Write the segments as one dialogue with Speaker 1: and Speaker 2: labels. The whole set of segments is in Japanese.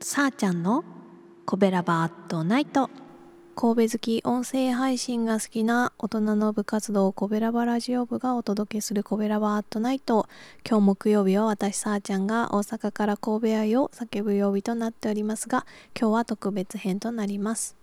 Speaker 1: ーちゃんのコベラバーっとナイト神戸好き音声配信が好きな大人の部活動コベラバラジオ部がお届けするコベラバーっとナイト今日木曜日は私さーちゃんが大阪から神戸愛を叫ぶ曜日となっておりますが今日は特別編となります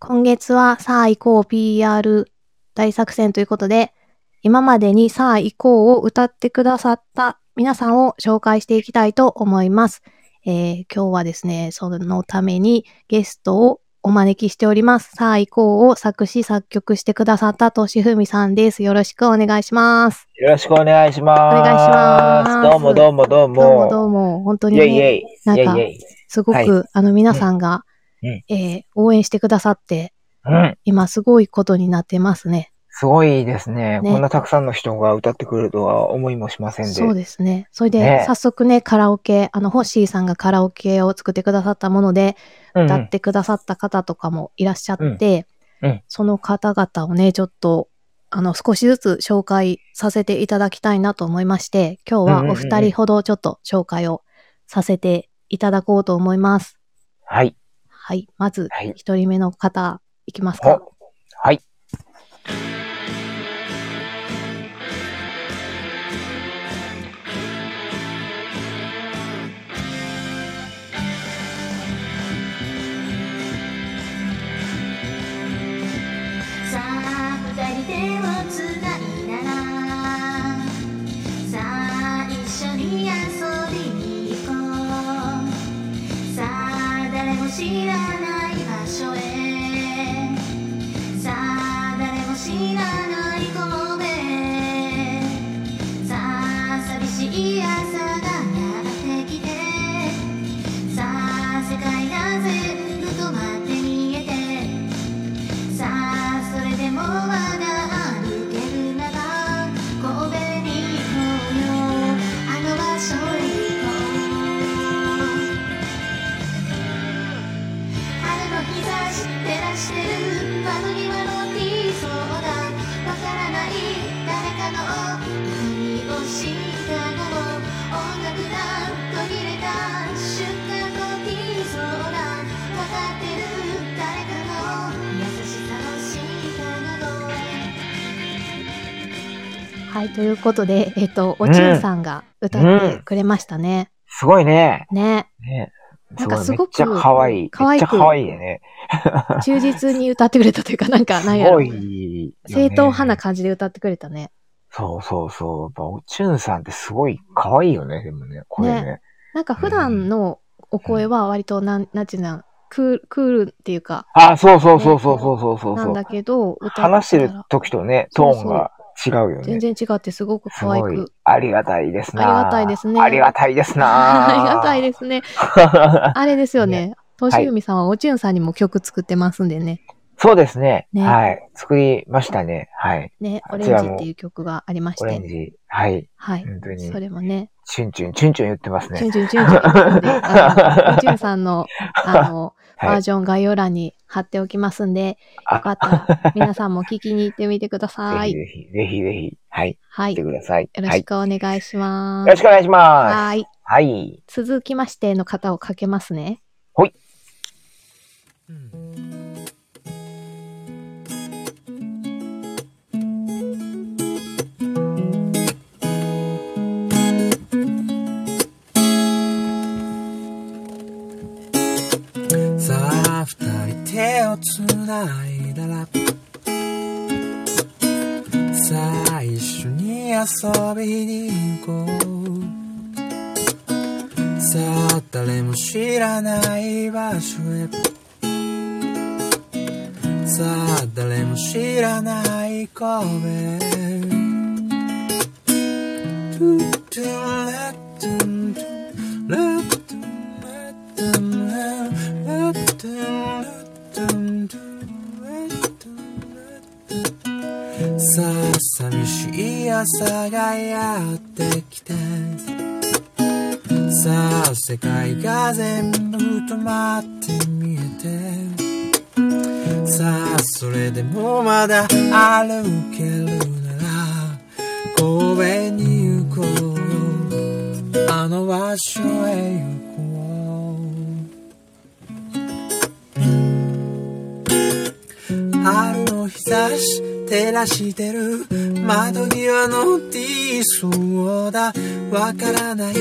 Speaker 2: 今月はさあ行こう PR 大作戦ということで、今までにさあ行こうを歌ってくださった皆さんを紹介していきたいと思います。えー今日はですね、そのためにゲストをお招きしております。さあ行こうを作詞作曲してくださったとしふみさんです。よろしくお願いします。
Speaker 3: よろしくお願いします。
Speaker 2: お願いします
Speaker 3: どうもどうもどうも。
Speaker 2: どうもどうも、本当に
Speaker 3: イ
Speaker 2: ね、
Speaker 3: ェイイェイ。イ
Speaker 2: なんか
Speaker 3: ェイイ
Speaker 2: すごく、
Speaker 3: はい
Speaker 2: あの皆さんが、
Speaker 3: うん
Speaker 2: えー応援してくださって、
Speaker 3: ェイ。うん。
Speaker 2: 今すごいことになってますね。
Speaker 3: すごいですね
Speaker 2: ね
Speaker 3: こんなたくさんの人が歌ってくれるとは思いもしませんで。
Speaker 2: そうですね。それで、
Speaker 3: ね
Speaker 2: 早速ね、カラオケ、あの、ホッシーさんがカラオケを作ってくださったもので、
Speaker 3: うんうん
Speaker 2: 歌ってくださった方とかもいらっしゃって、
Speaker 3: うんうん
Speaker 2: その方々をね、ちょっと、あの、少しずつ紹介させていただきたいなと思いまして、今日はお二人ほどちょっと紹介をさせていただこうと思います。
Speaker 3: はい。
Speaker 2: はい。まず、
Speaker 3: はい。
Speaker 2: 一人目の方、いきますか。
Speaker 3: おはい。
Speaker 4: さあ二人手をつないだらさあ一緒に遊びに行こうさあ誰も知らない場所へさあ誰も知らない神戸さあ寂しい朝がやってきてさあ世界が全部止まって見えてさあそれでもまだ歩けるなら神戸に行こうよあの場所へ行こう春の日差し照らしてる窓際のティーソーダわからない誰かの髪をした午後音楽が途切れた瞬間のティーソーダわかってる誰かの優しさをした午後
Speaker 2: はい。ということで、えっと、おちゅうさんが歌ってくれましたね。
Speaker 3: すごいね。
Speaker 2: ね。
Speaker 3: ね。
Speaker 2: なんか
Speaker 3: めっ
Speaker 2: すご
Speaker 3: ち
Speaker 2: く
Speaker 3: ゃ可愛い。
Speaker 2: 可愛く
Speaker 3: めっちゃ可愛いよね。
Speaker 2: 忠実に歌ってくれたというか、なんか、な
Speaker 3: す
Speaker 2: んやろ
Speaker 3: ごい、ね。
Speaker 2: 正統派な感じで歌ってくれたね。
Speaker 3: そうそうそう。やっぱ、おちゅんさんってすごい可愛いよね。でもね、これね。
Speaker 2: なんか普段のお声は割となん、なんていうの、クール、クールっていうか、
Speaker 3: あ、そうそうそうそうそうそうそう
Speaker 2: なん
Speaker 3: そ
Speaker 2: だ
Speaker 3: う。
Speaker 2: けど、歌ってたら
Speaker 3: 話してる時とね、トーンが違うよね。
Speaker 2: 全然違ってすごく
Speaker 3: す
Speaker 2: 可愛
Speaker 3: ごい
Speaker 2: く。。
Speaker 3: ありがたいですな。
Speaker 2: ありがたいですね
Speaker 3: ありがたいですな。
Speaker 2: ありがたいですね。
Speaker 3: す。
Speaker 2: あれですよね。としゆみさんはおちゅんさんにも曲作ってますんでね。
Speaker 3: そうですね
Speaker 2: ね
Speaker 3: はい。作りましたね。はい。
Speaker 2: ね、オ
Speaker 3: こ
Speaker 2: レ
Speaker 3: ちら
Speaker 2: ン
Speaker 3: も
Speaker 2: ジっていう曲がありまし
Speaker 3: オレン
Speaker 2: て。
Speaker 3: ジ。はい。
Speaker 2: はい。
Speaker 3: 本当に
Speaker 2: そ。れもね、
Speaker 3: チュンチュン、チュンチュン言ってます
Speaker 2: チュ
Speaker 3: ね
Speaker 2: ン。チュンチュンチュン言ってるんで、 あのおちゅんさんの、あの、
Speaker 3: は
Speaker 2: バー
Speaker 3: い。
Speaker 2: ジョン概要欄に貼っておきますんで、
Speaker 3: あ
Speaker 2: よかったら皆さんも聞きに行ってみてくださ
Speaker 3: ぜひ
Speaker 2: い。
Speaker 3: ぜひ、ぜひぜひ。はい。
Speaker 2: はい。
Speaker 3: 来て
Speaker 2: よ
Speaker 3: ください。は
Speaker 2: ろ
Speaker 3: い。
Speaker 2: し
Speaker 3: よ
Speaker 2: くお願いします。
Speaker 3: ろしくお願いします。
Speaker 2: はい。
Speaker 3: はい。
Speaker 2: 続きましての方をかけますね。
Speaker 5: さあ二人手をつないだらさあ一緒に遊びに行こうさあ誰も知らない場所へさあ誰も知らない神戸トゥトゥラトゥトゥラトゥラトゥララトゥラトゥトゥラトゥラトゥさあ寂しい朝がやってきてさあ世界が全部止まって見えてさあそれでもまだ歩けるなら神戸に行こうよあの場所へ行こう春の日差し照らしてる窓際のティースをだわからない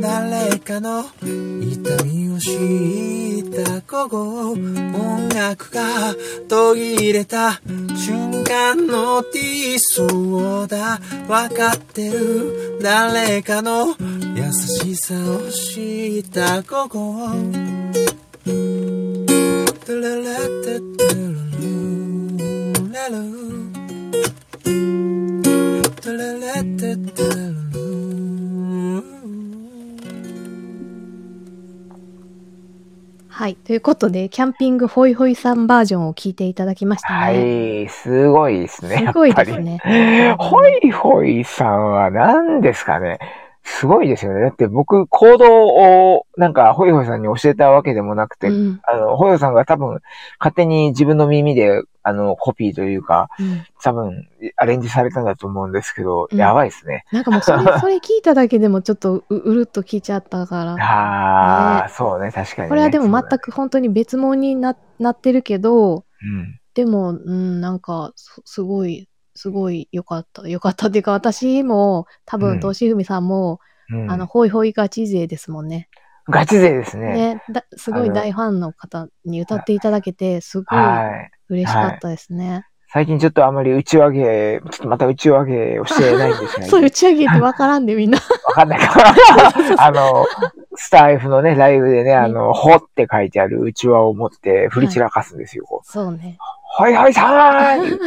Speaker 5: 誰かの痛みを知った午後音楽が途切れた瞬間のティースをだわかってる誰かの優しさを知った午後トゥルルトゥトゥルルラルトゥルルトゥトゥルル
Speaker 2: はい。ということで、キャンピングホイホイさんバージョンを聞いていただきました
Speaker 3: は
Speaker 2: ね。
Speaker 3: い、すごいですね。
Speaker 2: すごいです
Speaker 3: やっ
Speaker 2: ね。
Speaker 3: ぱり。ホイホイさんは何ですかね。すごいですよね。だって僕、行動を、なんか、ホイホイさんに教えたわけでもなくて、
Speaker 2: うん
Speaker 3: あの、ホイホイさんが多分、勝手に自分の耳で、あの、コピーというか、
Speaker 2: うん
Speaker 3: 多分、アレンジされたんだと思うんですけど、
Speaker 2: うん
Speaker 3: やばいですね。
Speaker 2: なんかもうそれ、 それ聞いただけでもちょっとううるっと聞いちゃったから。
Speaker 3: ああ、
Speaker 2: ね
Speaker 3: そうね、確かに、ね。
Speaker 2: これはでも
Speaker 3: そうだ
Speaker 2: 全く本当に別物にななってるけど、
Speaker 3: うん。
Speaker 2: でも、うん、なんか、すすごい、すごい良かった。良かったっていうか、私も、
Speaker 3: う
Speaker 2: 多
Speaker 3: ん
Speaker 2: 分、としふみさんも、
Speaker 3: うん、
Speaker 2: あの、ホイホイガチ勢ですもんね。
Speaker 3: ガチ勢ですね。
Speaker 2: ねだ、すご
Speaker 3: あ
Speaker 2: い
Speaker 3: の
Speaker 2: 大ファンの方に歌っていただけて、すごい
Speaker 3: はい。
Speaker 2: 嬉しかったですね。
Speaker 3: 最近ちょっとあんまり打ち上げ、ちょっとまた打ち上げをしてないんですね。
Speaker 2: そう、打ち上げってわからんで、 みんな。
Speaker 3: わかんない から。あの、スタイフのね、ライブでね、あの、ほって書いてあるうちわを持って振り散らかすんですよ。こ
Speaker 2: そうね。
Speaker 3: うはいはいさーい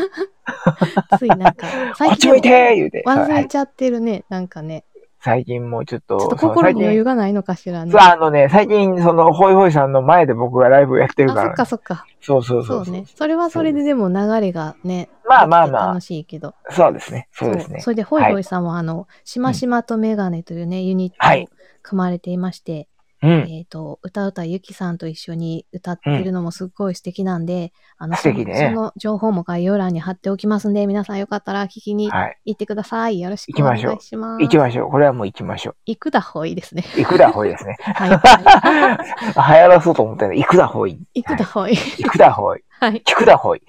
Speaker 2: ついな んか、
Speaker 3: こっち向いて言うて。
Speaker 2: 忘
Speaker 3: は
Speaker 2: れ
Speaker 3: い
Speaker 2: ちゃってるね、なんかね。
Speaker 3: 最近もうちょっと、
Speaker 2: ちょっと
Speaker 3: その
Speaker 2: 心
Speaker 3: 最
Speaker 2: に
Speaker 3: 近
Speaker 2: 余裕がないのかしらね
Speaker 3: そう、。あのね、最近、その、ホイホイさんの前で僕がライブをやってる
Speaker 2: あ、
Speaker 3: か
Speaker 2: そっ
Speaker 3: ら、
Speaker 2: かそっか。
Speaker 3: そうそうそ
Speaker 2: そうう
Speaker 3: そう
Speaker 2: ね。それはそれででも流れがね、
Speaker 3: まあまあ
Speaker 2: できて
Speaker 3: ま
Speaker 2: 楽しいけど。
Speaker 3: あ、そうですね。そうですね。
Speaker 2: それで、ホイホイさんは、あの、しましまとメガネというね、ユニ
Speaker 3: は
Speaker 2: ット
Speaker 3: い
Speaker 2: を組まれていまして、
Speaker 3: うん。
Speaker 2: えっと、歌うたゆきさんと一緒に歌ってるのもすっごい素敵なんで、あの、
Speaker 3: 素敵ね
Speaker 2: そのその情報も概要欄に貼っておきますんで、皆さんよかったら聞きに
Speaker 3: はい。
Speaker 2: 行ってください。よろし
Speaker 3: 行
Speaker 2: く
Speaker 3: き
Speaker 2: お
Speaker 3: ま
Speaker 2: 願い
Speaker 3: しょう
Speaker 2: します。
Speaker 3: 行きましょう。これはもう行きましょ
Speaker 2: 行くだほ いですね。
Speaker 3: う。行 くだほいですね。
Speaker 2: はい。は
Speaker 3: 流行らそうと思ったんで、行くだほい。
Speaker 2: い行くだほい。
Speaker 3: 行くだほい。
Speaker 2: はい。
Speaker 3: 聞くだほい。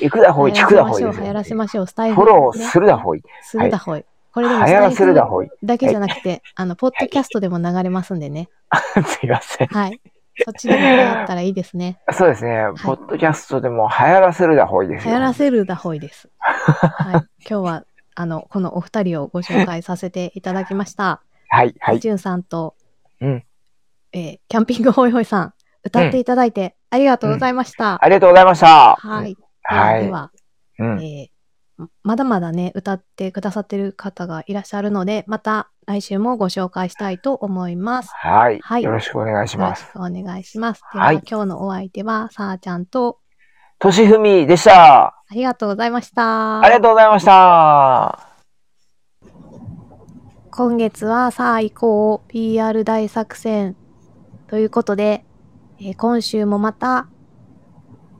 Speaker 3: 行くだほい、聞くだほい
Speaker 2: 流
Speaker 3: で
Speaker 2: 行らせまし
Speaker 3: すよ。
Speaker 2: ょう、流行らせましょう。スタイ
Speaker 3: フ
Speaker 2: フ、
Speaker 3: ォローするだほい。
Speaker 2: するだほい。こ
Speaker 3: 流
Speaker 2: れでも
Speaker 3: 行
Speaker 2: スタ
Speaker 3: ら
Speaker 2: イ
Speaker 3: せる
Speaker 2: フ
Speaker 3: だほい。
Speaker 2: だけじゃなくて、あの、ポッドキャストでも流れますんでね。
Speaker 3: すいません。
Speaker 2: はい。そっちでもやったらいいですね。
Speaker 3: そうですね。ポッドキャストでも流行らせるだほいです
Speaker 2: 流
Speaker 3: よ。
Speaker 2: 行らせるだほいです。はい。今日は、あの、このお二人をご紹介させていただきました。
Speaker 3: はい、はい。
Speaker 2: じゅんさんと、
Speaker 3: うん
Speaker 2: えーキャンピングホイホイさん、歌っていただいてありがとうございました。
Speaker 3: ありがとうございました。
Speaker 2: はい。。
Speaker 3: はい。
Speaker 2: では、
Speaker 3: うん。
Speaker 2: えーまだまだね、歌ってくださってる方がいらっしゃるので、また来週もご紹介したいと思います。
Speaker 3: はい
Speaker 2: は。い
Speaker 3: よろしくお願いし
Speaker 2: よろ
Speaker 3: ま
Speaker 2: し
Speaker 3: す。
Speaker 2: くお願いします。では、
Speaker 3: はい
Speaker 2: 今日のお相手は、さあちゃんと、
Speaker 3: としふみでした。
Speaker 2: ありがとうございました。
Speaker 3: ありがとうございました。
Speaker 2: 今月はさあ行こう PR 大作戦ということで、えー今週もまた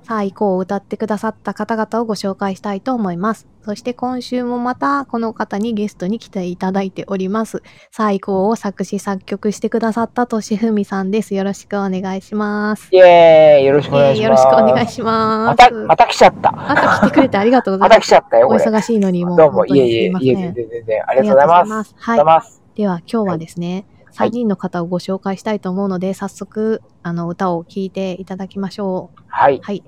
Speaker 2: さあ行こうを歌ってくださった方々をご紹介したいと思います。そして今週もまたこの方にゲストに来ていただいております。さあ行こうを作詞作曲してくださったとしふみさんです。よろしくお願いします。
Speaker 3: イェーイよろしくお願い
Speaker 2: えー
Speaker 3: し
Speaker 2: よ
Speaker 3: ま
Speaker 2: ろ
Speaker 3: す。
Speaker 2: しくお願いしま。
Speaker 3: ますた、また来ちゃった。
Speaker 2: また来てくれてありがとうご
Speaker 3: ま
Speaker 2: ざいま
Speaker 3: た
Speaker 2: す。
Speaker 3: 来ちゃったよ、
Speaker 2: お
Speaker 3: これ。
Speaker 2: 忙しいのにもう
Speaker 3: どうも、
Speaker 2: 本当
Speaker 3: いえ
Speaker 2: に
Speaker 3: い
Speaker 2: す
Speaker 3: え、
Speaker 2: みま
Speaker 3: い
Speaker 2: せ
Speaker 3: え、
Speaker 2: ん。
Speaker 3: 全然、全然、ありがとうございます。
Speaker 2: す。は
Speaker 3: ご
Speaker 2: い
Speaker 3: ざい。ます。
Speaker 2: では今日はですね、
Speaker 3: はい
Speaker 2: 3人の方をご紹介したいと思うので、早速あの歌を聴いていただきましょう。
Speaker 3: はい。
Speaker 2: はい。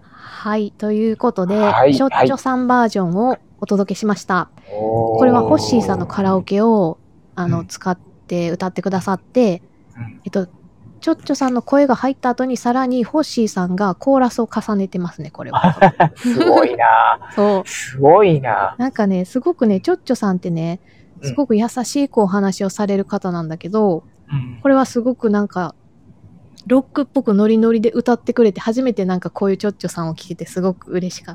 Speaker 2: はい。ということで、
Speaker 3: はい
Speaker 2: しょっちょさんバージョンをお届けしました。
Speaker 3: こ
Speaker 2: これはホッシーさんのカラオケをあの、
Speaker 3: うん
Speaker 2: 使って歌ってくださって
Speaker 3: うん、
Speaker 2: えっと、ちょっちょさんの声が入った後にさらにホッシーさんがコーラスを重ねてますね、これは。
Speaker 3: すごいな
Speaker 2: そう。
Speaker 3: すごいな
Speaker 2: なんかね、すごくね、ちょっちょさんってね、
Speaker 3: うん
Speaker 2: すごく優しいこうお話をされる方なんだけど、これはすごくなんか、ロックっぽくノリノリで歌ってくれて、初めてなんかこういうちょっちょさんを聞けてすごく嬉しかっ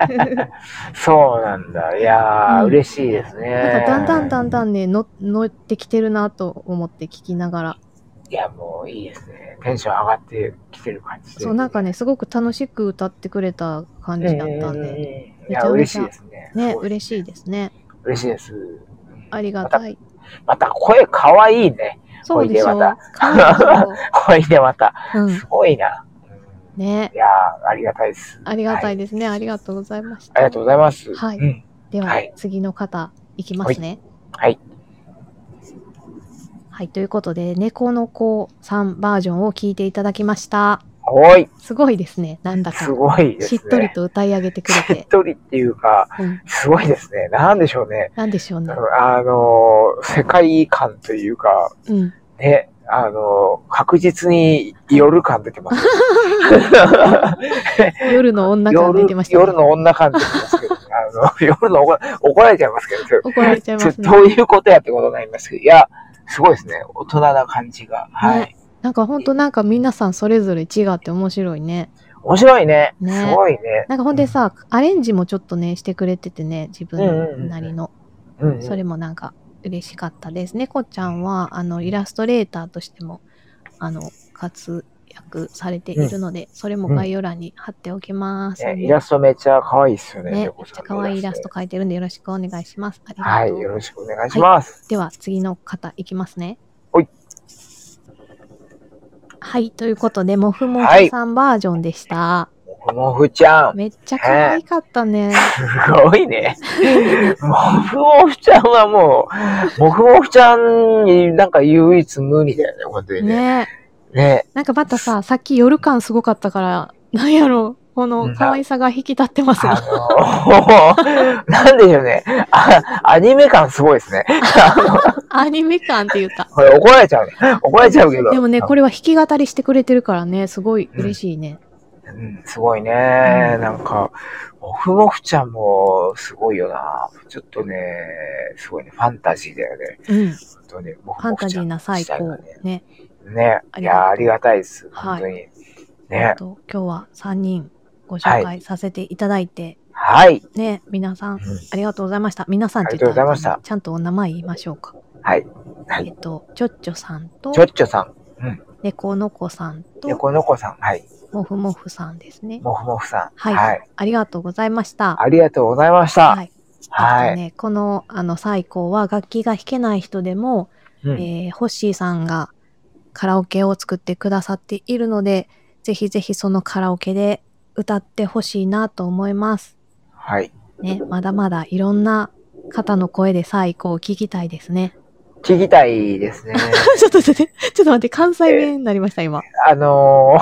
Speaker 2: たです。
Speaker 3: そうなんだ。いやー、
Speaker 2: うん
Speaker 3: 嬉しいですね。
Speaker 2: なんかだんだんだんだんね、の乗ってきてるなと思って聞きながら、
Speaker 3: いや、もういいですね。テンション上がってきてる感じで。
Speaker 2: そうなんかね、すごく楽しく歌ってくれた感
Speaker 3: う
Speaker 2: じ
Speaker 3: ん、
Speaker 2: だったんで、
Speaker 3: いや、
Speaker 2: め
Speaker 3: 嬉
Speaker 2: ち
Speaker 3: し
Speaker 2: ゃ
Speaker 3: い
Speaker 2: め
Speaker 3: で
Speaker 2: ち
Speaker 3: すね。
Speaker 2: ね、
Speaker 3: すごい
Speaker 2: 嬉しいですね。
Speaker 3: 嬉しいです。
Speaker 2: ありがたい。
Speaker 3: また声かわいいね。
Speaker 2: そうでしょ。
Speaker 3: ほいでま
Speaker 2: 彼女
Speaker 3: ほいでまた。
Speaker 2: うん
Speaker 3: す。ごいな。
Speaker 2: ね
Speaker 3: い。やー、ありがたいです。
Speaker 2: ありがたいですね。ありがとうございました。
Speaker 3: ありがとうございます。
Speaker 2: はい
Speaker 3: うん。
Speaker 2: では、
Speaker 3: はい
Speaker 2: 次の方、いきますね。
Speaker 3: はい。
Speaker 2: はい、ということで、猫の子さんバージョンを聞いていただきました。
Speaker 3: おい。
Speaker 2: すごいですね。なんだか。
Speaker 3: すごいです
Speaker 2: し
Speaker 3: ね。
Speaker 2: っとりと歌い上げてく
Speaker 3: し
Speaker 2: れ。
Speaker 3: ってとりっていうか、
Speaker 2: うん。
Speaker 3: すごいですね。なんでしょうね。
Speaker 2: なんでしょうね。
Speaker 3: あのー、世界観というか、
Speaker 2: うん。
Speaker 3: ね、あのー、確実に夜感出てます。
Speaker 2: 夜の女感出てました、ね。
Speaker 3: 夜夜の女感出てますけど、 あの、夜の怒怒られちゃいますけど、それ
Speaker 2: 怒られちゃいますね
Speaker 3: そ。どういうことやってことになりますけど、いや、すごいですね。大人な感じが。はい。
Speaker 2: ねなんかほんとなんか皆さんそれぞれ違って面白いね。
Speaker 3: 面白いね。
Speaker 2: ね
Speaker 3: すごいね。
Speaker 2: なんかほんでさ、アレンジもちょっとね、してくれててね、自分なりの。
Speaker 3: うんうん、
Speaker 2: それもなんか嬉しかったです。猫ちゃんは、あの、イラストレーターとしても、あの、活躍されているので、それも概要欄に貼っておきます。
Speaker 3: ねイラストめっちゃ可愛いっすよね。
Speaker 2: ね、めっ
Speaker 3: 猫
Speaker 2: ち
Speaker 3: さ
Speaker 2: ゃ
Speaker 3: ん
Speaker 2: 可
Speaker 3: の
Speaker 2: 愛いイラスト。描いてるんでよろしくお願いします。ありがとう。
Speaker 3: はい。よろしくお願いします。
Speaker 2: では次の方いきますね。
Speaker 3: ほい。
Speaker 2: はい、ということで、もふも
Speaker 3: は
Speaker 2: ふ
Speaker 3: い
Speaker 2: さんバージョンでした。
Speaker 3: もふもふちゃん。
Speaker 2: めっちゃ可愛かったね。
Speaker 3: すごいね。もふもふちゃんはもう、もふもふちゃんになんか唯一無二だよね、本当にね。
Speaker 2: ね
Speaker 3: ね
Speaker 2: なんかまたさ、さっき夜感すごかったから、なんやろう、この可愛さが引き立ってますが。
Speaker 3: あのー なんでしょうね。あアニメ感すごいですね。
Speaker 2: アニメ感って言った。
Speaker 3: これ怒られちゃうね。怒られちゃうけど。
Speaker 2: でもね、これは弾き語りしてくれてるからね、すごい嬉しいね。
Speaker 3: うん、すごいね。なんか、もふもふちゃんもすごいよな。ちょっとね、すごいね。ファンタジーだよね。
Speaker 2: うん。フ
Speaker 3: 本当に。もふ
Speaker 2: ァン
Speaker 3: も
Speaker 2: タ
Speaker 3: ふ
Speaker 2: ジ
Speaker 3: ち
Speaker 2: ー
Speaker 3: ゃん
Speaker 2: な
Speaker 3: の
Speaker 2: 最
Speaker 3: 時代
Speaker 2: 高
Speaker 3: はね。。
Speaker 2: ね。
Speaker 3: ね。いや、ありがたいです。本当に。
Speaker 2: えっ
Speaker 3: ね。
Speaker 2: と今日は3人ご紹介させていただいて、
Speaker 3: はい。
Speaker 2: ね、皆さん
Speaker 3: うん
Speaker 2: ありがとうございました。皆さんっ
Speaker 3: あ
Speaker 2: て
Speaker 3: りがとうございました
Speaker 2: ちゃんとお名前言いましょうか。
Speaker 3: はい。は
Speaker 2: え
Speaker 3: い。
Speaker 2: っと、ちょっちょさんと
Speaker 3: ちょ、っちょさん、
Speaker 2: 猫のこさんと、
Speaker 3: 猫のこさん、はい。
Speaker 2: もふもふさんですね。
Speaker 3: もふもふさん。
Speaker 2: はい、ありがとうございました。
Speaker 3: ありがとうございました。
Speaker 2: い。えっ
Speaker 3: は
Speaker 2: と
Speaker 3: い。
Speaker 2: ね、この、あの、最高は楽器が弾けない人でも、
Speaker 3: うん
Speaker 2: えーホッシーさんがカラオケを作ってくださっているので、ぜひぜひそのカラオケで歌ってほしいなと思います。
Speaker 3: はい。
Speaker 2: ね、まだまだいろんな方の声で最高を聞きたいですね。
Speaker 3: 聞きたいですね。
Speaker 2: ちょっと待って、ちょっと待って、関西弁になりました、 今。
Speaker 3: あの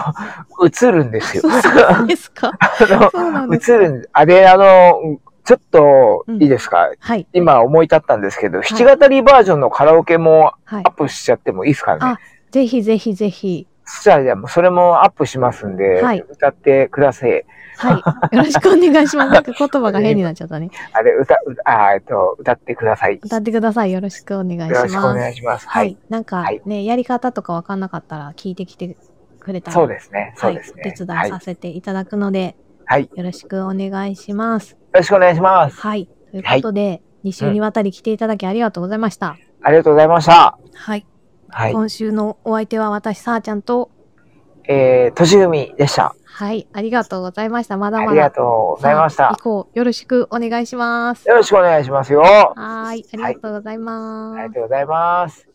Speaker 3: ー、映るんですよ。
Speaker 2: そうそうですか。
Speaker 3: あ
Speaker 2: そうなん
Speaker 3: の、
Speaker 2: です。
Speaker 3: 映るん、あれ、あの、ちょっと
Speaker 2: う、ん
Speaker 3: いいですか、
Speaker 2: はい、
Speaker 3: 今思い立ったんですけど、弾き語りバージョンのカラオケも
Speaker 2: はい
Speaker 3: アッ。プしちゃってもいいですか
Speaker 2: あ
Speaker 3: ね。
Speaker 2: ぜひぜひぜひ。
Speaker 3: そしたら、じゃあもうそれもアップしますんで、
Speaker 2: はい
Speaker 3: 歌ってください。
Speaker 2: はい。よろしくお願 いします。なんか言葉が変になっちゃったね。
Speaker 3: あれ、歌、うあー、えっと、歌ってください。よ
Speaker 2: 歌ってください。よろしくお願いし
Speaker 3: ろ
Speaker 2: ま
Speaker 3: し
Speaker 2: す。
Speaker 3: くお願いします。
Speaker 2: は
Speaker 3: はいい。。
Speaker 2: なんか
Speaker 3: はい
Speaker 2: ね、やり方とかわかんなかったら聞いてきてくれたら。
Speaker 3: そうですね。そ
Speaker 2: は
Speaker 3: う
Speaker 2: い
Speaker 3: です。
Speaker 2: お
Speaker 3: ね
Speaker 2: 手。伝い
Speaker 3: は
Speaker 2: さ
Speaker 3: い。
Speaker 2: せていただくので、
Speaker 3: はいよ
Speaker 2: よろしくお願いします。
Speaker 3: ろしくお願いします。
Speaker 2: はい。ということで、2週にわたり来ていただきありがとうございました。
Speaker 3: ありがとうございました。
Speaker 2: はい。
Speaker 3: はい。
Speaker 2: 今週のお相手は私、さーちゃんと、
Speaker 3: えー、としふみでした。
Speaker 2: はい、ありがとうございました。まだ
Speaker 3: あ
Speaker 2: ま
Speaker 3: りが
Speaker 2: だ。
Speaker 3: とうございまし
Speaker 2: さあ
Speaker 3: た
Speaker 2: 以。降、よろしくお願いします。
Speaker 3: よろしくお願いしますよ。あ
Speaker 2: はーい、ありがとうございます。
Speaker 3: りがとうございます。